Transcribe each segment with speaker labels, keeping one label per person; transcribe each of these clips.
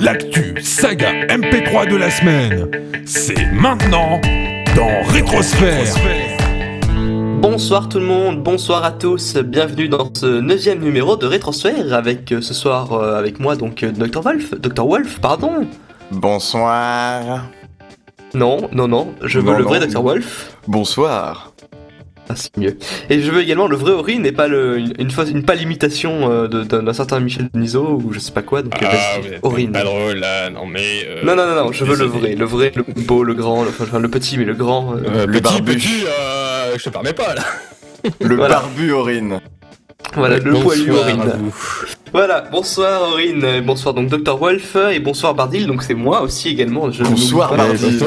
Speaker 1: L'actu saga MP3 de la semaine, c'est maintenant dans Rétrosphère.
Speaker 2: Bonsoir tout le monde, bonsoir à tous, bienvenue dans ce neuvième numéro de Rétrosphère avec euh, ce soir euh, avec moi donc euh, Dr Wolf, Dr Wolf, pardon.
Speaker 3: Bonsoir.
Speaker 2: Non, non, non, je veux
Speaker 3: Non,
Speaker 2: le vrai
Speaker 3: non.
Speaker 2: Dr Wolf.
Speaker 3: Bonsoir.
Speaker 2: Ah, c'est mieux. Et je veux également le vrai Aurine et pas le, une, une, fausse- une pâle imitation euh, de- d'un d'un certain Michel Denisot ou je sais pas quoi. Donc, euh,
Speaker 4: Ah,
Speaker 2: vas-y,
Speaker 4: vous êtes
Speaker 2: Aurine.
Speaker 4: pas drôle là, non mais. euh,
Speaker 2: Non, non, non, non, je veux le
Speaker 4: désolé.
Speaker 2: vrai, le vrai, le beau, le grand, le, enfin, le petit, mais le grand. euh,
Speaker 4: Euh,
Speaker 3: Le
Speaker 4: petit,
Speaker 3: barbu.
Speaker 4: petit, euh, je te permets pas là.
Speaker 3: Le
Speaker 2: Voilà.
Speaker 3: barbu Aurine.
Speaker 2: voilà, le poilu
Speaker 4: Bonsoir
Speaker 2: Aurine.
Speaker 4: à vous.
Speaker 2: Voilà, bonsoir Aurine, et bonsoir donc Dr Wolf et bonsoir Bardil, donc c'est moi aussi également. Je
Speaker 3: Bonsoir, Bah,
Speaker 2: n'oublie pas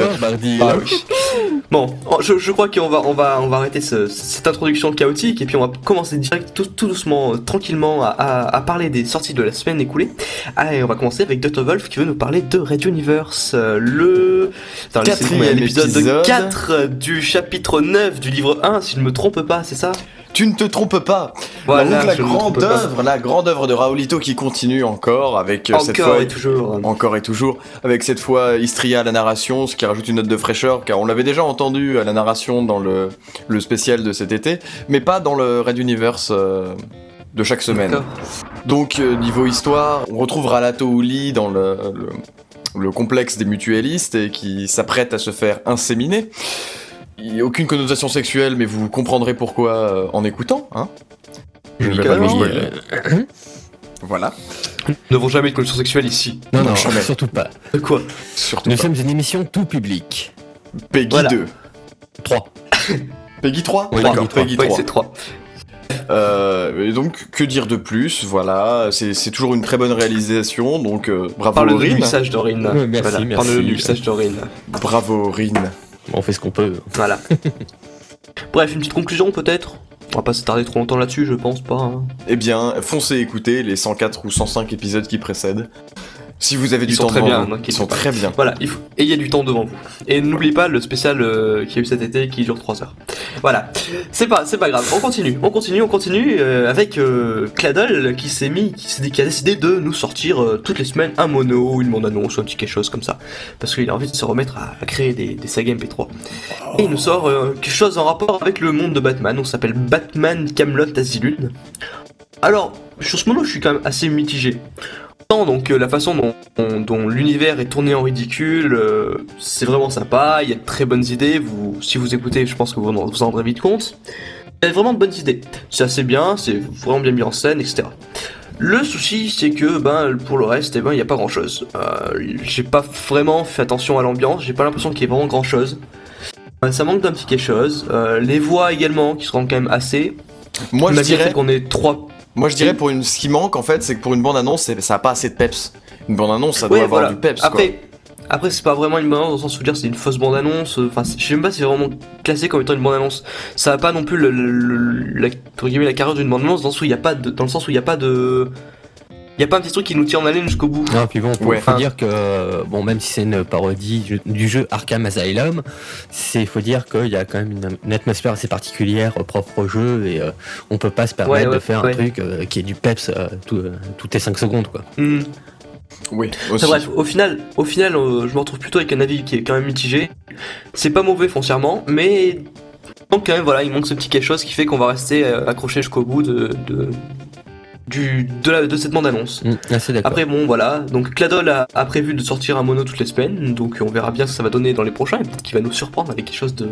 Speaker 2: Bardil.
Speaker 3: Bardil.
Speaker 4: Bonsoir, Bardi.
Speaker 2: Ah oui. Bon, en- je, je crois qu'on va, on va, on va arrêter ce- cette introduction chaotique et puis on va commencer direct tout, tout doucement, euh, tranquillement à, à- à parler des sorties de la semaine écoulée. Ah, et on va commencer avec Dr. Wolf qui veut nous parler de Radio Universe, euh, le... Attends, laissez-moi
Speaker 3: Quatrième
Speaker 2: l'épisode
Speaker 3: épisode.
Speaker 2: 4 euh, du chapitre 9 du livre 1, si je ne me trompe pas, c'est ça
Speaker 3: Tu ne te trompes pas. Bah, Donc la
Speaker 2: je ne me
Speaker 3: grande
Speaker 2: trompe pas.
Speaker 3: œuvre, la grande œuvre de Raoulito qui continue encore avec euh, cette
Speaker 2: Encore
Speaker 3: fois
Speaker 2: et toujours.
Speaker 3: encore et toujours avec cette fois Istria à la narration, ce qui rajoute une note de fraîcheur car on l'avait déjà entendu à la narration dans le le spécial de cet été, mais pas dans le Red Universe euh, de chaque semaine.
Speaker 2: D'accord.
Speaker 3: Donc euh, niveau histoire, on retrouve Ralato Uli dans le, le- le complexe des mutualistes et qui s'apprête à se faire inséminer. Il n'y a aucune connotation sexuelle, mais vous comprendrez pourquoi euh, en écoutant. Hein Je ne vais pas
Speaker 2: Carrément.
Speaker 3: vous spoiler. Voilà.
Speaker 2: Nous n'avons jamais de connexion sexuelle ici.
Speaker 4: Non, non,
Speaker 3: Jamais.
Speaker 4: surtout pas.
Speaker 2: De quoi
Speaker 3: Surtout
Speaker 4: Nous
Speaker 3: pas.
Speaker 4: sommes une émission tout public.
Speaker 3: Peggy
Speaker 2: Voilà.
Speaker 3: 2.
Speaker 4: 3.
Speaker 3: Peggy 3
Speaker 4: Oui,
Speaker 3: D'accord,
Speaker 4: Peggy
Speaker 3: Peggy 3.
Speaker 2: Oui, c'est 3.
Speaker 3: Euh, et donc, que dire de plus Voilà, c'est c'est toujours une très bonne réalisation, donc euh, bravo
Speaker 2: Parle du
Speaker 3: Aurine.
Speaker 2: message d'Aurine.
Speaker 4: Ouais, merci,
Speaker 2: Voilà,
Speaker 4: merci.
Speaker 2: Parle du message d'Aurine.
Speaker 3: Bravo Aurine.
Speaker 4: On fait ce qu'on peut.
Speaker 2: Voilà. Bref, une petite conclusion peut-être On va pas s'attarder trop longtemps là-dessus, je pense pas. hein.
Speaker 3: Eh bien, foncez écouter les 104 ou 105 épisodes qui précèdent. Si vous avez
Speaker 2: Ils
Speaker 3: du
Speaker 2: sont
Speaker 3: temps
Speaker 2: très
Speaker 3: devant
Speaker 2: bien,
Speaker 3: vous.
Speaker 2: donc,
Speaker 3: ils sont très bien.
Speaker 2: Voilà, il faut... ayez du temps devant vous. Et n'oubliez pas le spécial euh, qu'il y a eu cet été qui dure 3 heures. Voilà, c'est pas, c'est pas grave, on continue, on continue, on continue euh, avec euh, Claddle qui s'est mis, qui, s'est dit- qui a décidé de nous sortir euh, toutes les semaines un mono, une bande-annonce, un petit quelque chose comme ça. Parce qu'il a envie de se remettre à, à créer des, des sagas MP3. Et il nous sort euh, quelque chose en rapport avec le monde de Batman, on s'appelle Batman Camelot Asylum. Alors, sur ce mono, je suis quand même assez mitigé. Tant, donc euh, la façon dont, dont- dont l'univers est tourné en ridicule, euh, c'est vraiment sympa, il y a de très bonnes idées, vous, si vous écoutez je pense que vous en, vous en rendrez vite compte. Il y a vraiment de bonnes idées, c'est assez bien, c'est vraiment bien mis en scène, etc. Le souci c'est que ben, pour le reste, eh ben, il n'y a pas grand chose. j'ai pas vraiment fait attention à l'ambiance, j'ai pas l'impression qu'il y ait vraiment grand chose. ça manque d'un petit quelque chose. Euh, les voix également qui seront quand même assez.
Speaker 3: Moi je,
Speaker 2: Malgré le fait
Speaker 3: dirais,
Speaker 2: qu'on est trois
Speaker 3: moi je dirais pour une, ce qui manque en fait, c'est que pour une bande annonce, c'est- ça a pas assez de peps. Une bande annonce, ça doit
Speaker 2: Ouais,
Speaker 3: avoir
Speaker 2: voilà.
Speaker 3: du peps quoi.
Speaker 2: Après, après c'est pas vraiment une bande annonce dans le sens où dire c'est une fausse bande annonce. Enfin, c'est- je sais même pas si c'est vraiment classé comme étant une bande annonce. Ça a pas non plus le, le- le- la, entre guillemets, la carrière d'une bande annonce dans le sens où il y a pas de, dans le sens où il y a pas de, il y a pas un petit truc qui nous tient en haleine jusqu'au bout.
Speaker 4: Non, puis bon, faut,
Speaker 3: Ouais.
Speaker 4: faut dire que, euh, bon, même si c'est une parodie du- du jeu Arkham Asylum, c'est faut dire qu'il y a quand même une, une atmosphère assez particulière euh, propre au jeu et euh, on peut pas se permettre
Speaker 2: Ouais, ouais,
Speaker 4: de faire
Speaker 2: ouais.
Speaker 4: un truc euh, qui est du peps euh, tout, euh, toutes les 5 secondes, quoi.
Speaker 2: Hmm.
Speaker 3: Oui, aussi.
Speaker 2: Enfin, bref, au final, au final, euh, je me retrouve plutôt avec un avis qui est quand même mitigé. C'est pas mauvais foncièrement, mais donc quand même voilà, il manque ce petit quelque chose qui fait qu'on va rester euh, accroché jusqu'au bout de, de du de, la, de cette bande annonce.
Speaker 4: Mm, assez d'accord.
Speaker 2: Après bon voilà, donc Cladol a, a prévu de sortir un mono toutes les semaines, donc on verra bien ce que ça va donner dans les prochains, et peut-être qu'il va nous surprendre avec quelque chose de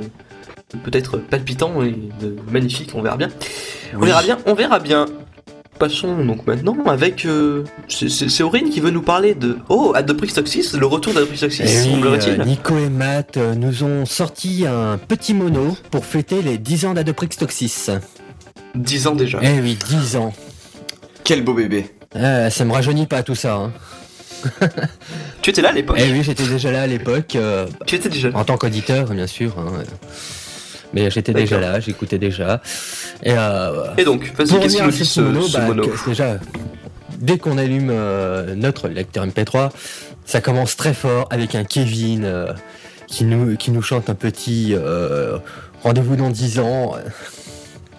Speaker 2: de peut-être palpitant et de magnifique, on verra bien. On verra bien, on verra bien. Passons donc maintenant avec... euh, c'est- c'est c'est Aurine qui veut nous parler de... Oh, Adoprix Toxis, le retour d'Adoprix Toxis,
Speaker 4: Eh oui,
Speaker 2: semblerait-il.
Speaker 4: euh, Nico et Matt euh, nous ont sorti un petit mono pour fêter les 10 ans d'Adoprix Toxis.
Speaker 2: 10 ans déjà.
Speaker 4: Eh oui, 10 ans.
Speaker 3: Quel beau bébé.
Speaker 4: Euh, ça me rajeunit pas tout ça. hein.
Speaker 2: Tu étais là à l'époque
Speaker 4: Eh oui, j'étais déjà là à l'époque, euh,
Speaker 2: Tu étais déjà là.
Speaker 4: en tant qu'auditeur bien sûr. hein, euh. Mais j'étais
Speaker 2: D'accord.
Speaker 4: déjà là, j'écoutais déjà. Et euh,
Speaker 2: Et donc, vas-y,
Speaker 4: pour
Speaker 2: qu'est-ce
Speaker 4: revenir
Speaker 2: qu'il nous
Speaker 4: à
Speaker 2: dit
Speaker 4: ce
Speaker 2: ce
Speaker 4: mono,
Speaker 2: ce
Speaker 4: bah,
Speaker 2: mono
Speaker 4: que- déjà, dès qu'on allume euh, notre lecteur MP3, ça commence très fort avec un Kevin euh, qui, nous, qui nous chante un petit euh, rendez-vous dans 10 ans.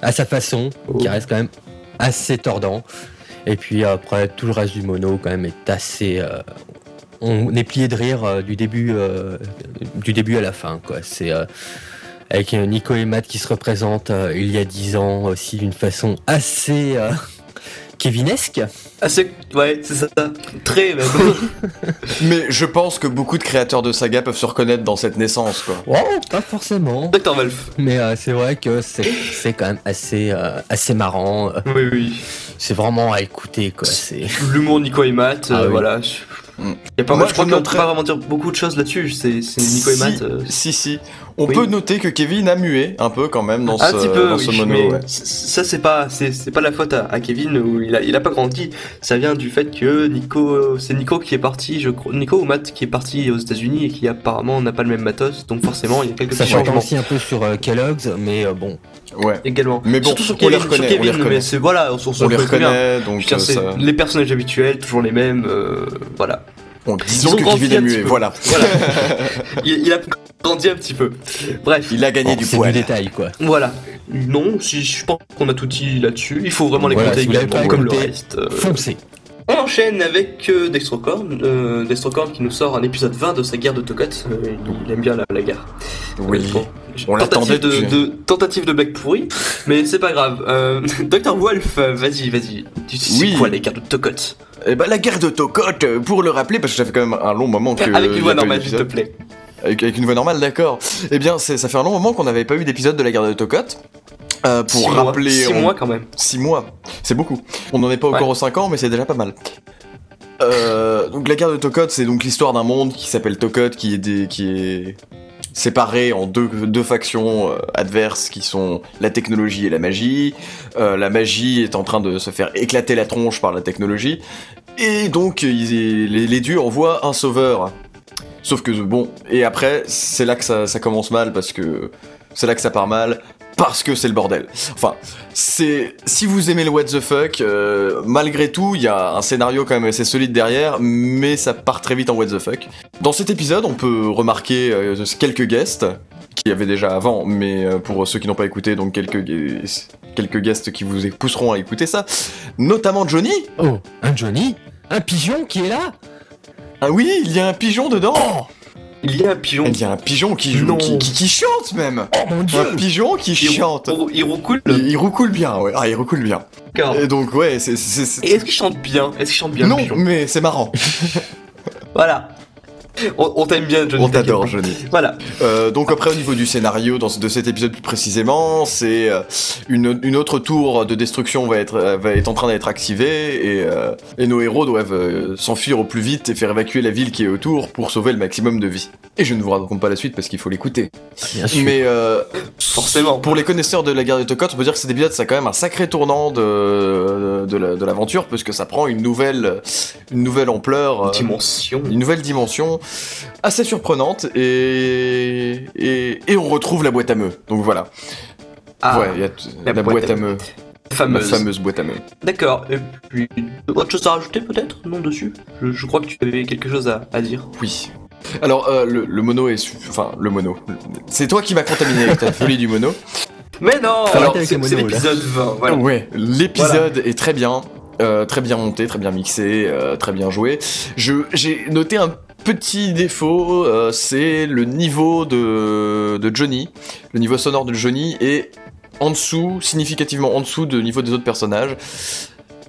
Speaker 4: à sa façon,
Speaker 2: Oh.
Speaker 4: qui reste quand même assez tordant. Et puis après, tout le reste du mono quand même est assez. euh, on est plié de rire euh, du début, euh, du début à la fin. Quoi. C'est euh, avec euh, Nico et Matt qui se représentent euh, il y a 10 ans aussi d'une façon assez euh, kevinesque.
Speaker 2: Assez... Ouais, Ah, c'est ça. Très même.
Speaker 3: Mais je pense que beaucoup de créateurs de saga peuvent se reconnaître dans cette naissance, quoi.
Speaker 4: Oh, pas forcément.
Speaker 2: Docteur Wolf.
Speaker 4: Mais euh, c'est vrai que c'est c'est quand même assez, euh, assez marrant. Euh,
Speaker 2: Oui, oui.
Speaker 4: C'est vraiment à écouter. Quoi. C'est
Speaker 2: L'humour Nico et Matt, euh,
Speaker 4: Ah oui.
Speaker 2: voilà.
Speaker 3: Mm.
Speaker 2: Y a pas,
Speaker 3: Moi,
Speaker 2: je crois
Speaker 3: je
Speaker 2: qu'on
Speaker 3: noterais-
Speaker 2: peut pas vraiment dire beaucoup de choses là-dessus. C'est c'est Nico et
Speaker 3: Si-
Speaker 2: Matt. euh,
Speaker 3: Si, si. On
Speaker 2: Oui.
Speaker 3: peut noter que Kevin a mué un peu quand même dans
Speaker 2: Un
Speaker 3: ce,
Speaker 2: petit peu,
Speaker 3: dans
Speaker 2: oui,
Speaker 3: ce mono.
Speaker 2: mais
Speaker 3: ouais.
Speaker 2: c- ça c'est pas c'est c'est pas la faute à, à Kevin où il a il a pas grandi. Ça vient du fait que Nico c'est Nico qui est parti je crois Nico ou Matt qui est parti aux États-Unis et qui apparemment n'a pas le même matos donc forcément il y a quelques
Speaker 4: ça
Speaker 2: petits
Speaker 4: change
Speaker 2: changements
Speaker 4: aussi un peu sur euh, Kellogg's, mais euh, bon.
Speaker 3: Ouais.
Speaker 2: également.
Speaker 3: Mais bon,
Speaker 2: Surtout sur
Speaker 3: on les
Speaker 2: Kevin, sur
Speaker 3: reconnaît, on les
Speaker 2: Kevin,
Speaker 3: reconnaît.
Speaker 2: mais c'est voilà on, se
Speaker 3: On les
Speaker 2: reconnaît bien.
Speaker 3: reconnaît, donc
Speaker 2: Je veux dire,
Speaker 3: euh,
Speaker 2: c'est
Speaker 3: ça...
Speaker 2: les personnages habituels toujours les mêmes euh, voilà.
Speaker 3: Bon,
Speaker 2: Ils
Speaker 3: disons
Speaker 2: ont
Speaker 3: que
Speaker 2: grandi
Speaker 3: Kevin a
Speaker 2: un petit
Speaker 3: mué,
Speaker 2: peu.
Speaker 3: voilà.
Speaker 2: voilà. il, il a grandi un petit peu. Bref.
Speaker 3: Il a gagné
Speaker 4: Bon,
Speaker 3: du
Speaker 4: c'est du
Speaker 3: poil.
Speaker 4: détail quoi.
Speaker 2: Voilà. Non, si je pense qu'on a tout dit là-dessus. Il faut vraiment les
Speaker 4: Voilà,
Speaker 2: compter
Speaker 4: si vous l'avez
Speaker 2: également,
Speaker 4: pas
Speaker 2: comme le
Speaker 4: compté,
Speaker 2: reste. euh,
Speaker 4: Foncez.
Speaker 2: On enchaîne avec euh, Dextrocorn, euh, Dextrocorn qui nous sort un épisode 20 de sa guerre de Tokat. Euh, il aime bien la, la guerre.
Speaker 3: Oui.
Speaker 2: Euh, bon,
Speaker 3: On l'attendait
Speaker 2: tentative de,
Speaker 3: depuis-
Speaker 2: de tentative de blague pourrie, mais c'est pas grave. Euh, Docteur Wolf, euh, vas-y, vas-y. Tu sais
Speaker 3: Oui.
Speaker 2: quoi la guerre de Tokat
Speaker 3: Eh ben, la guerre de Tokot, euh, pour le rappeler, parce que ça fait quand même un long moment que.
Speaker 2: Avec
Speaker 3: il
Speaker 2: une
Speaker 3: y a
Speaker 2: voix
Speaker 3: pas eu
Speaker 2: normale, s'il te
Speaker 3: d'épisode.
Speaker 2: plaît.
Speaker 3: Avec, avec une voix normale, d'accord. Eh bien, c'est- ça fait un long moment qu'on n'avait pas eu d'épisode de la guerre de Tokot. Euh, pour
Speaker 2: Six mois.
Speaker 3: rappeler.
Speaker 2: Six
Speaker 3: on-
Speaker 2: mois quand même.
Speaker 3: Six mois, c'est beaucoup. On n'en est pas encore
Speaker 2: Ouais.
Speaker 3: aux 5 ans, mais c'est déjà pas mal. Euh, donc la guerre de Tokot, c'est donc l'histoire d'un monde qui s'appelle Tokot, qui est, des- qui est séparé en deux, deux factions euh, adverses qui sont la technologie et la magie. Euh, la magie est en train de se faire éclater la tronche par la technologie. Et donc ils- les, les dieux envoient un sauveur. Sauf que bon, et après c'est là que ça, ça commence mal parce que c'est là que ça part mal parce que c'est le bordel. Enfin, c'est si vous aimez le what the fuck, euh, malgré tout, il y a un scénario quand même assez solide derrière, mais ça part très vite en what the fuck. Dans cet épisode, on peut remarquer euh, quelques guests qu'il y avait déjà avant, mais euh, pour ceux qui n'ont pas écouté, donc quelques gue- quelques guests qui vous pousseront à écouter ça, notamment Johnny.
Speaker 4: Oh, un Johnny Un pigeon qui est là
Speaker 3: Ah oui, il y a un pigeon dedans.
Speaker 2: Il y a un pigeon.
Speaker 3: Il y a un pigeon qui joue,
Speaker 2: Non.
Speaker 3: qui, qui- qui chante même.
Speaker 4: Oh mon
Speaker 3: Un
Speaker 4: dieu
Speaker 3: pigeon qui
Speaker 2: Il,
Speaker 3: chante.
Speaker 2: rou- il roucoule le
Speaker 3: Il, il roucoule bien, ouais. Ah, il roucoule bien.
Speaker 2: corps.
Speaker 3: Et donc ouais, c'est c'est- c'est-
Speaker 2: Et est-ce qu'il chante bien Est-ce qu'il chante bien le
Speaker 3: non,
Speaker 2: pigeon
Speaker 3: mais c'est marrant.
Speaker 2: Voilà. On, on t'aime bien, Johnny.
Speaker 3: On t'adore,
Speaker 2: t'inquiète
Speaker 3: Johnny.
Speaker 2: pas. Voilà.
Speaker 3: Euh, donc après, au niveau du scénario dans, ce- de cet épisode plus précisément, c'est euh, une, une autre tour de destruction va être, euh, va être en train d'être activée et, euh, et nos héros doivent euh, s'enfuir au plus vite et faire évacuer la ville qui est autour pour sauver le maximum de vies. Et je ne vous raconte pas la suite parce qu'il faut l'écouter.
Speaker 4: Bien sûr.
Speaker 3: Mais euh,
Speaker 2: Forcément.
Speaker 3: pour les connaisseurs de la guerre de Tokot, on peut dire que cet épisode, c'est quand même un sacré tournant de, de, la- de l'aventure parce que ça prend une nouvelle, une nouvelle ampleur. euh,
Speaker 2: Dimension.
Speaker 3: une nouvelle dimension assez surprenante et, et, et on retrouve la boîte à meux. Donc voilà.
Speaker 2: Ah,
Speaker 3: ouais, il y a t- la, boîte, à meux. La
Speaker 2: fameuse.
Speaker 3: fameuse boîte à meux.
Speaker 2: D'accord. Et puis, autre chose à rajouter peut-être Non, dessus je, je crois que tu avais quelque chose à, à dire.
Speaker 3: Oui. Alors, euh, le, le mono est. su- Enfin, le mono. C'est toi qui m'as contaminé avec ta folie du mono.
Speaker 2: Mais non
Speaker 4: Faut
Speaker 2: Alors,
Speaker 4: arrêter avec
Speaker 2: c'est
Speaker 4: les
Speaker 2: c'est
Speaker 4: monos, là.
Speaker 2: l'épisode 20. Voilà.
Speaker 3: Ouais. L'épisode est très bien. euh, très bien monté, très bien mixé, euh, très bien joué. Je- J'ai noté un petit défaut, euh, c'est le niveau de, de Johnny. Le niveau sonore de Johnny est en dessous, significativement en dessous du niveau des autres personnages.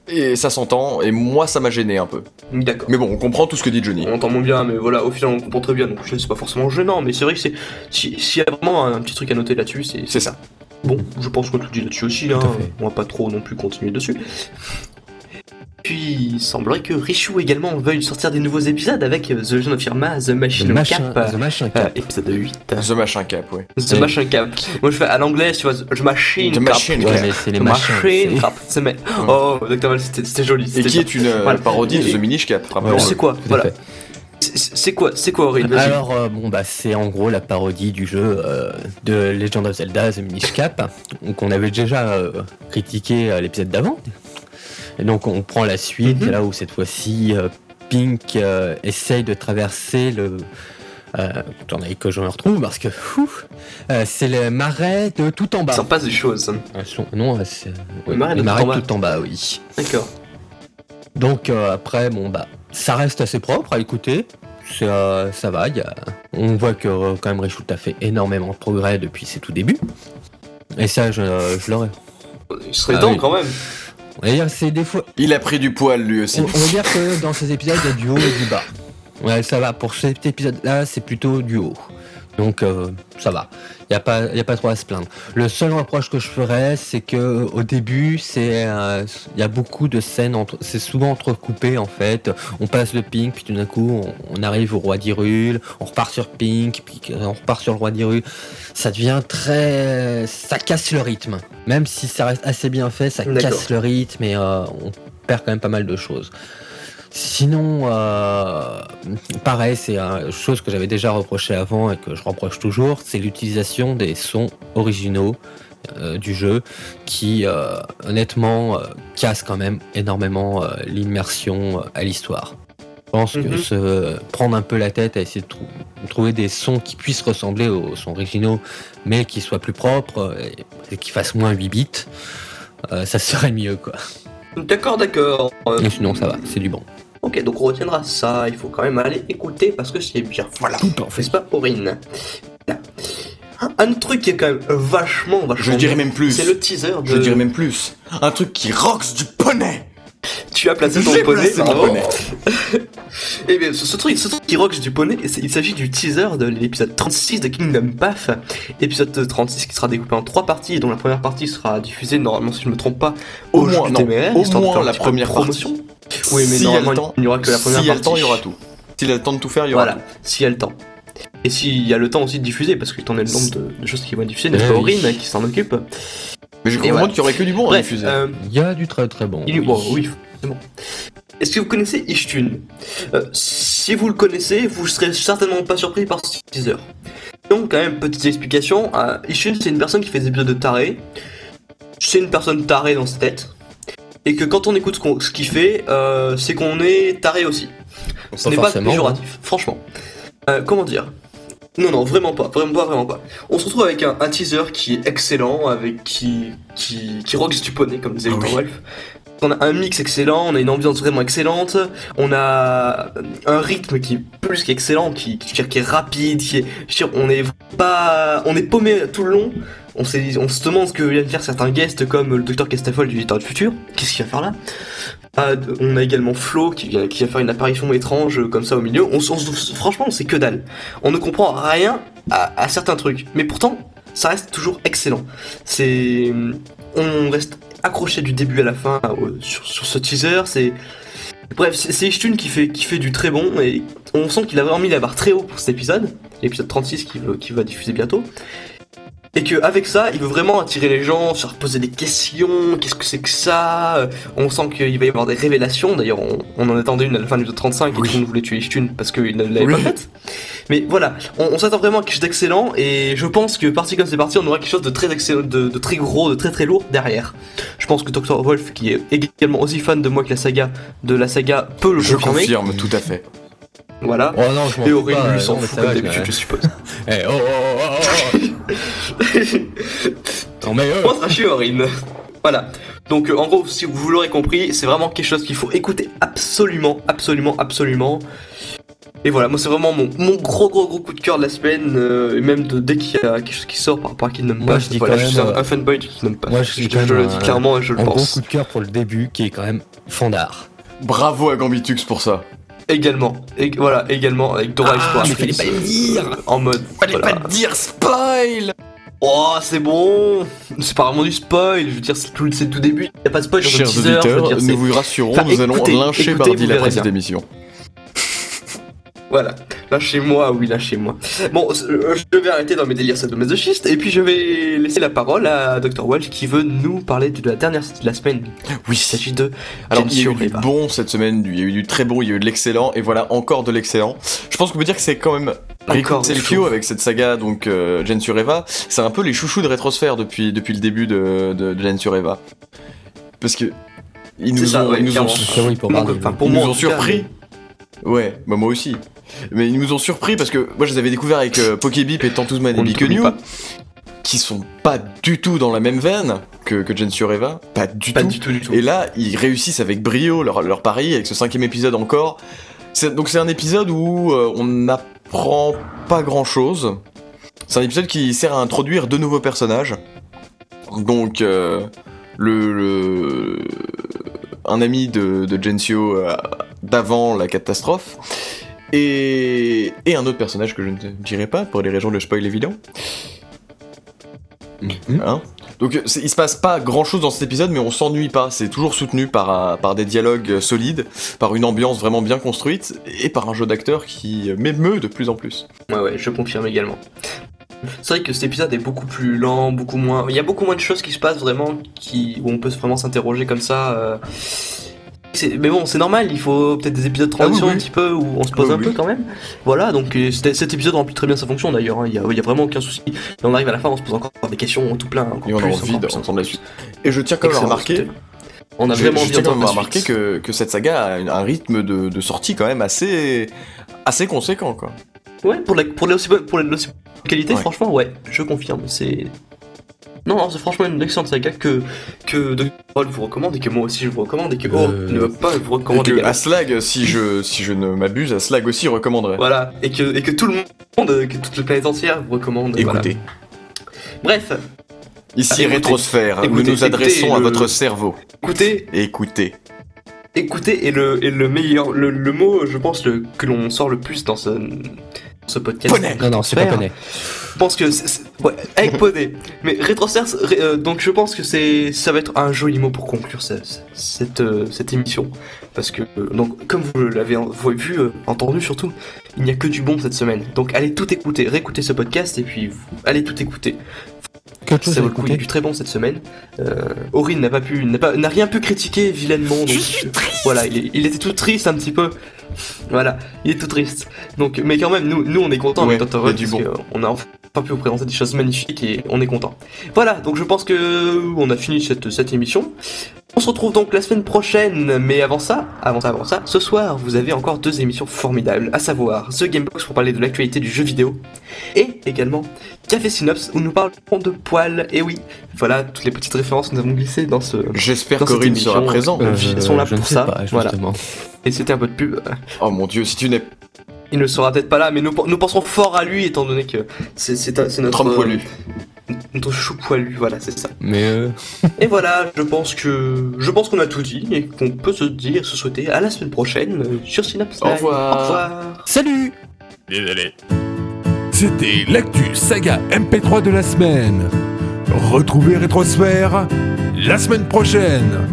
Speaker 3: Et ça s'entend, et moi ça m'a gêné un peu.
Speaker 2: D'accord.
Speaker 3: Mais bon, on comprend tout ce que dit Johnny.
Speaker 2: On entend moins bien, mais voilà, au final on comprend très bien, donc je sais, c'est pas forcément gênant, mais c'est vrai que c'est. si- S'il y a vraiment un petit truc à noter là-dessus, c'est
Speaker 3: C'est ça.
Speaker 2: Bon, je pense qu'on tout dit là-dessus aussi, hein.
Speaker 4: à fait.
Speaker 2: on va pas trop non plus continuer dessus. Puis, il semblerait que Richou également veuille sortir des nouveaux épisodes avec euh, The Legend of Irma, The
Speaker 4: The
Speaker 2: Machine of
Speaker 4: machin,
Speaker 2: Cap, euh,
Speaker 4: the machin cap.
Speaker 2: euh, épisode 8.
Speaker 3: The Machin Cap, ouais.
Speaker 2: The
Speaker 4: Ouais.
Speaker 2: Machine Cap. Moi je fais à l'anglais, tu vois, The Machine
Speaker 3: The
Speaker 2: Cap.
Speaker 3: Machine
Speaker 4: Ouais,
Speaker 3: Cap.
Speaker 4: mais c'est les
Speaker 2: The
Speaker 4: machins.
Speaker 2: Machine
Speaker 4: c'est-
Speaker 2: Cap. C'est ma- Oh, Dr. Mal, c'était c'était joli.
Speaker 3: Et
Speaker 2: c'était
Speaker 3: qui
Speaker 2: bien.
Speaker 3: est une euh,
Speaker 2: Voilà.
Speaker 3: parodie de
Speaker 2: Et-
Speaker 3: The Minish Cap,
Speaker 4: Ouais.
Speaker 2: Alors,
Speaker 3: rappelons-le.
Speaker 2: c'est quoi
Speaker 4: Tout à
Speaker 2: Voilà.
Speaker 4: fait.
Speaker 2: C'est- C'est quoi, c'est quoi, Aurélien Vas-y.
Speaker 4: Alors, euh, bon, bah, c'est en gros la parodie du jeu euh, de Legend of Zelda The Minish Cap, qu'on avait déjà euh, critiqué à l'épisode d'avant. Et donc, on prend la suite,
Speaker 2: Mhm.
Speaker 4: là où cette fois-ci, euh, Pink euh, essaye de traverser le, Euh, T'en as que je me retrouve parce que ouf, euh, c'est le marais de tout en bas.
Speaker 2: Il s'en passe des choses.
Speaker 4: Euh, son- non, euh, c'est
Speaker 2: Le marais
Speaker 4: le
Speaker 2: de tout
Speaker 4: marais
Speaker 2: en bas.
Speaker 4: de tout en bas, oui.
Speaker 2: D'accord.
Speaker 4: Donc euh, après, bon bah, ça reste assez propre à écouter. C'est, euh, ça va, y a- on voit que euh, quand même Reshoot a fait énormément de progrès depuis ses tout débuts. Et ça, je, euh, je l'aurais.
Speaker 2: Il serait
Speaker 4: Ah
Speaker 2: temps
Speaker 4: oui.
Speaker 2: quand même.
Speaker 4: D'ailleurs, c'est des fois,
Speaker 3: Il a pris du poil lui aussi.
Speaker 4: On, on va dire que dans ces épisodes, il y a du haut et du bas. Ouais, ça va. Pour cet épisode-là, c'est plutôt du haut. Donc, euh, ça va. Il n'y a, pas- y a pas trop à se plaindre. Le seul reproche que je ferais, c'est que au début, c'est euh, il y a beaucoup de scènes, entre, c'est souvent entrecoupé en fait. On passe le Pink, puis tout d'un coup, on, on arrive au roi d'Irul, on repart sur Pink, puis que- on repart sur le roi d'Irul. Ça devient très. Ça casse le rythme. Même si ça reste assez bien fait, ça
Speaker 2: D'accord.
Speaker 4: casse le rythme et euh, on perd quand même pas mal de choses. Sinon, euh, pareil, c'est une chose que j'avais déjà reproché avant et que je reproche toujours, c'est l'utilisation des sons originaux euh, du jeu qui, euh, honnêtement, euh, casse quand même énormément euh, l'immersion euh, à l'histoire. Je pense que
Speaker 2: Mhm.
Speaker 4: se prendre un peu la tête à essayer de trou- trouver des sons qui puissent ressembler aux sons originaux, mais qui soient plus propres euh, et, et qui fassent moins 8 bits, euh, ça serait mieux quoi.
Speaker 2: D'accord, d'accord. Euh,
Speaker 4: Mais sinon, ça va, c'est du bon.
Speaker 2: Ok, donc on retiendra ça. Il faut quand même aller écouter parce que c'est bien. Voilà.
Speaker 4: Tout en fait.
Speaker 2: N'est-ce pas, Aurine Voilà. Un autre truc qui est quand même vachement,
Speaker 3: Je
Speaker 2: vachement.
Speaker 3: dirais
Speaker 2: bien,
Speaker 3: même plus.
Speaker 2: C'est le teaser de.
Speaker 3: Je dirais même plus. Un truc qui rocks du poney. Oh.
Speaker 2: Tu as placé ton
Speaker 3: J'ai
Speaker 2: poney.
Speaker 3: placé mon
Speaker 2: bravo.
Speaker 3: Ah, poney.
Speaker 2: Eh bien, ce, ce truc, ce truc qui rock du poney, c'est- il s'agit du teaser de l'épisode 36 de Kingdom Path. Épisode 36 qui sera découpé en trois parties et dont la première partie sera diffusée, normalement, si je me trompe pas,
Speaker 3: Au
Speaker 2: au jour
Speaker 3: moins,
Speaker 2: du
Speaker 3: non,
Speaker 2: TMR,
Speaker 3: au
Speaker 2: histoire de
Speaker 3: moins
Speaker 2: faire un
Speaker 3: la
Speaker 2: petit peu de
Speaker 3: première
Speaker 2: promotion. Oui, mais
Speaker 3: S'il y a le
Speaker 2: normalement,
Speaker 3: temps.
Speaker 2: il n'y aura que la première
Speaker 3: S'il y a
Speaker 2: partie.
Speaker 3: le temps, il y aura tout. S'il a le temps de tout faire, il y aura
Speaker 2: Voilà, s'il y a le temps. Et s'il y a le temps aussi de diffuser, parce que t'en es le nombre de, de choses qui vont être diffusées, n'est-ce
Speaker 4: Eh
Speaker 2: pas,
Speaker 4: oui.
Speaker 2: Aurine qui s'en occupe.
Speaker 3: tout. Mais je
Speaker 2: Et
Speaker 3: comprends
Speaker 2: voilà.
Speaker 3: qu'il y aurait que du bon à
Speaker 2: Bref,
Speaker 3: diffuser.
Speaker 2: euh,
Speaker 4: Il y a du très très bon.
Speaker 2: Il est bon, oui, c'est bon. Est-ce que vous connaissez Ishtun Euh, Si vous le connaissez, vous serez certainement pas surpris par ce teaser. Donc, quand même, petite explication. euh, Ishtun, c'est une personne qui fait des épisodes de taré. C'est une personne tarée dans sa tête. Et que quand on écoute ce qu'on- ce qu'il fait, euh, c'est qu'on est taré aussi. Ce n'est pas
Speaker 4: hein.
Speaker 2: hein. péjoratif, franchement. Euh, comment dire Non, non, vraiment pas, vraiment pas, vraiment pas. On se retrouve avec un, un teaser qui est excellent, avec qui qui, qui rock du poney, comme disait
Speaker 3: Ah oui.
Speaker 2: Victor Wolf. On a un mix excellent, on a une ambiance vraiment excellente, on a un rythme qui est plus qu'excellent, qui, qui, je veux dire, qui est rapide, qui est, je veux dire, on est pas, on est paumé tout le long. On, s'est- on se demande ce que viennent faire certains guests comme le docteur Castafol du Visiteur du Futur. Qu'est-ce qu'il va faire là Ah, d- On a également Flo qui, vient- qui va faire une apparition étrange euh, comme ça au milieu. On, s- on s- franchement, on sait que dalle. On ne comprend rien à, à certains trucs. Mais pourtant, ça reste toujours excellent. C'est, on reste accroché du début à la fin euh, sur, sur ce teaser. C'est bref, c'est c'est Ishtun qui fait qui fait du très bon et on sent qu'il a vraiment mis la barre très haut pour cet épisode, l'épisode 36 qui, veut- qui va diffuser bientôt. Et que avec ça, il veut vraiment attirer les gens, se faire poser des questions, qu'est-ce que c'est que ça euh, On sent qu'il va y avoir des révélations, d'ailleurs on, on en attendait une à la fin de l'épisode 35 et tout le monde voulait tuer Ishtun parce qu'il ne l'avait
Speaker 3: Oui.
Speaker 2: pas faite. Mais voilà, on, on s'attend vraiment à quelque chose d'excellent et je pense que parti comme c'est parti, on aura quelque chose de très, excellent, de, de très gros, de très très lourd derrière. Je pense que Dr. Wolf, qui est également aussi fan de moi que la saga, de la saga, peut le
Speaker 3: Je
Speaker 2: confirmer.
Speaker 3: confirme tout à fait.
Speaker 2: Voilà.
Speaker 4: Oh non, je m'en
Speaker 2: Et
Speaker 4: fous
Speaker 2: Aurélien
Speaker 4: pas,
Speaker 2: lui s'en
Speaker 4: non, mais
Speaker 2: fout
Speaker 4: ça
Speaker 2: comme
Speaker 4: va, je-
Speaker 2: d'habitude, je suppose.
Speaker 4: Eh, oh, oh, oh, oh, oh. Non, mais, euh,
Speaker 2: Montre à Aurine. Voilà. Donc euh, en gros, si vous l'aurez compris, c'est vraiment quelque chose qu'il faut écouter absolument, absolument, absolument. Et voilà, moi c'est vraiment mon, mon gros gros gros coup de cœur de la semaine, euh, et même de, dès qu'il y a quelque chose qui sort par rapport à Kingdom
Speaker 4: Moi,
Speaker 2: Pass.
Speaker 4: je dis
Speaker 2: voilà,
Speaker 4: quand
Speaker 2: je suis
Speaker 4: même,
Speaker 2: un,
Speaker 4: euh,
Speaker 2: un fanboy de Kingdom Pass.
Speaker 4: moi, je dis
Speaker 2: je,
Speaker 4: quand
Speaker 2: je le
Speaker 4: même
Speaker 2: dis
Speaker 4: un-
Speaker 2: clairement et je le
Speaker 4: un gros
Speaker 2: pense.
Speaker 4: coup de cœur pour le début qui est quand même fandard.
Speaker 3: Bravo à Gambitux pour ça.
Speaker 2: Également. Et, voilà, également avec Dora Explorer.
Speaker 4: mais Ah, fallait pas le dire.
Speaker 2: En mode. voilà.
Speaker 3: le dire, spoil
Speaker 2: Oh, c'est bon C'est pas vraiment du spoil, je veux dire, c'est tout, c'est tout début, y a pas de spoil, sur
Speaker 3: Chers
Speaker 2: le teaser, je veux
Speaker 3: auditeurs,
Speaker 2: dire,
Speaker 3: nous
Speaker 2: c'est...
Speaker 3: vous rassurons,
Speaker 2: Enfin,
Speaker 3: nous allons
Speaker 2: écoutez,
Speaker 3: lyncher
Speaker 2: écoutez, vous
Speaker 3: Bardi
Speaker 2: verrez
Speaker 3: après cette
Speaker 2: bien.
Speaker 3: émission.
Speaker 2: Voilà, lâchez-moi, oui, lâchez-moi. Bon, c- euh, je vais arrêter dans mes délires sadomasochistes, et puis je vais laisser la parole à Dr. Walsh qui veut nous parler de la dernière sortie de la semaine. Il
Speaker 3: Oui,
Speaker 2: s'agit de
Speaker 3: Alors, il y a
Speaker 2: Genshin
Speaker 3: eu du
Speaker 2: Impact.
Speaker 3: bon cette semaine, il y a eu du très bon, il y a eu de l'excellent, et voilà encore de l'excellent. Je pense qu'on peut dire que c'est quand même Rico
Speaker 2: Encore,
Speaker 3: Selkio avec cette saga, donc euh, Gen sur Eva, c'est un peu les chouchous de Rétrosphère depuis, depuis le début de, de, de Gen sur Eva. Parce que. Ils
Speaker 2: C'est
Speaker 3: nous
Speaker 2: ça,
Speaker 3: ont,
Speaker 2: ouais,
Speaker 3: ils nous ont,
Speaker 2: clairement.
Speaker 4: C'est oui pour
Speaker 2: Non,
Speaker 4: Barney.
Speaker 2: enfin,
Speaker 4: oui.
Speaker 2: pour
Speaker 3: ils
Speaker 2: moi,
Speaker 3: nous
Speaker 2: en
Speaker 3: ont
Speaker 2: tout cas,
Speaker 3: surpris. Ouais, bah moi aussi. Mais ils nous ont surpris parce que moi je les avais découverts avec euh, Pokébip et Tantous
Speaker 2: On ne
Speaker 3: Manibi que
Speaker 2: t'oublie
Speaker 3: New,
Speaker 2: pas.
Speaker 3: qui sont pas du tout dans la même veine que, que Jen Sureva. Pas du
Speaker 2: Pas
Speaker 3: tout.
Speaker 2: du tout, du tout.
Speaker 3: Et là, ils réussissent avec brio leur, leur pari, avec ce cinquième épisode encore. C'est- Donc c'est un épisode où euh, on n'apprend pas grand-chose. C'est un épisode qui sert à introduire deux nouveaux personnages. Donc euh, le, le- un ami de, de Gensio euh, d'avant la catastrophe. Et, et un autre personnage que je ne te dirai pas pour les raisons de spoil évident. Hein Donc euh, c'est- il se passe pas grand chose dans cet épisode, mais on s'ennuie pas. C'est toujours soutenu par, un- par des dialogues euh, solides, par une ambiance vraiment bien construite et par un jeu d'acteur qui euh, m'émeut de plus en plus.
Speaker 2: Ouais, ouais, je confirme également. C'est vrai que cet épisode est beaucoup plus lent, beaucoup moins. Il y a beaucoup moins de choses qui se passent vraiment, qui... où on peut vraiment s'interroger comme ça. euh. C'est- Mais bon, c'est normal, il faut peut-être des épisodes de
Speaker 3: Ah oui,
Speaker 2: transition
Speaker 3: oui.
Speaker 2: un petit peu où on se pose
Speaker 3: Oui,
Speaker 2: un
Speaker 3: oui.
Speaker 2: peu quand même. Voilà, donc euh, c'était- cet épisode remplit très bien sa fonction d'ailleurs, hein, il y a, il y a vraiment aucun souci. Et on arrive à la fin, on se pose encore des questions tout plein, encore
Speaker 3: Et on a
Speaker 2: plus,
Speaker 3: envie
Speaker 2: encore plus,
Speaker 3: d'entendre
Speaker 2: encore
Speaker 3: la
Speaker 2: plus.
Speaker 3: suite. Et je tiens quand même à
Speaker 2: Excellent,
Speaker 3: remarquer,
Speaker 2: c'était- On a
Speaker 3: je-
Speaker 2: vraiment
Speaker 3: je
Speaker 2: envie
Speaker 3: tiens quand
Speaker 2: d'entendre
Speaker 3: même
Speaker 2: la
Speaker 3: à
Speaker 2: suite.
Speaker 3: remarquer que, que cette saga a un- un rythme de, de sortie quand même assez, assez conséquent. Quoi.
Speaker 2: Ouais, pour la, pour la, aussi bonne- pour la, l'aussi bonne qualité,
Speaker 3: Ouais.
Speaker 2: franchement, ouais, je confirme, c'est... Non, non, c'est franchement une excellente saga que, que Dr. Roll vous recommande et que moi aussi je vous recommande et que oh,
Speaker 4: Euh,
Speaker 2: ne veut pas vous
Speaker 3: Et
Speaker 2: recommande
Speaker 3: que
Speaker 2: également.
Speaker 3: Aslag, si je, si je ne m'abuse, Aslag aussi recommanderait.
Speaker 2: Voilà, et que, et que tout le monde, que toute la planète entière vous recommande. voilà.
Speaker 3: Écoutez.
Speaker 2: Bref,
Speaker 3: Ici,
Speaker 2: Écoutez.
Speaker 3: Rétrosphère, nous
Speaker 2: Écoutez,
Speaker 3: nous adressons
Speaker 2: écoutez
Speaker 3: à
Speaker 2: le-
Speaker 3: votre cerveau.
Speaker 2: écoutez,
Speaker 3: Écoutez.
Speaker 2: écoutez, et le, et le meilleur, le, le mot, je pense, le, que l'on sort le plus dans ce, dans ce podcast.
Speaker 3: Poney.
Speaker 4: Non, non, c'est pas
Speaker 2: Super.
Speaker 4: poney.
Speaker 2: Je pense que c'est- c'est- ouais, avec poney. Mais Retrosters, donc je pense que c'est ça va être un joli mot pour conclure ce- ce- cette, euh, cette émission parce que euh, donc comme vous l'avez en- vous avez vu euh, entendu surtout, il n'y a que du bon cette semaine. Donc allez tout écouter, réécouter ce podcast et puis vous- allez tout écouter.
Speaker 4: Que chose
Speaker 2: ça
Speaker 4: à
Speaker 2: vaut le coup, il y a
Speaker 4: écouter.
Speaker 2: du très bon cette semaine. Euh, Aurine n'a pas pu n'a pas- n'a rien pu critiquer vilainement donc euh, voilà, il, est- il était tout triste un petit peu. Voilà, il est tout triste. Donc, mais quand même, nous, nous on est content
Speaker 3: Ouais,
Speaker 2: avec Dr.
Speaker 3: il y a
Speaker 2: Rock
Speaker 3: du
Speaker 2: parce qu'on a enfin pu vous présenter des choses magnifiques et on est content. Voilà, donc je pense que on a fini cette, cette émission. On se retrouve donc la semaine prochaine, mais avant ça, avant ça, avant ça, ce soir, vous avez encore deux émissions formidables, à savoir The Gamebox pour parler de l'actualité du jeu vidéo, et également Café Synops où nous parlerons de poils, et oui, voilà toutes les petites références que nous avons glissées dans ce...
Speaker 3: J'espère
Speaker 2: Dans cette
Speaker 3: qu'Aurine sera
Speaker 2: émission,
Speaker 3: présent.
Speaker 2: Euh, ils sont là
Speaker 4: je ne
Speaker 2: pour
Speaker 4: sais
Speaker 2: ça,
Speaker 4: pas,
Speaker 2: voilà.
Speaker 4: justement.
Speaker 2: Et c'était un peu de pub,
Speaker 3: Oh mon dieu, si tu n'es
Speaker 2: Il ne sera peut-être pas là, mais nous, nous penserons fort à lui, étant donné que c'est c'est un- c'est notre, euh,
Speaker 3: Trump poilu.
Speaker 2: notre chou poilu, voilà, c'est ça.
Speaker 4: Mais euh,
Speaker 2: Et voilà, je pense que je pense qu'on a tout dit et qu'on peut se dire, se souhaiter à la semaine prochaine euh, sur Synapse.
Speaker 3: Au
Speaker 2: Live.
Speaker 3: revoir.
Speaker 2: Au revoir.
Speaker 4: salut
Speaker 1: Désolé. C'était l'actu saga MP3 de la semaine. Retrouvez Rétrosphère la semaine prochaine.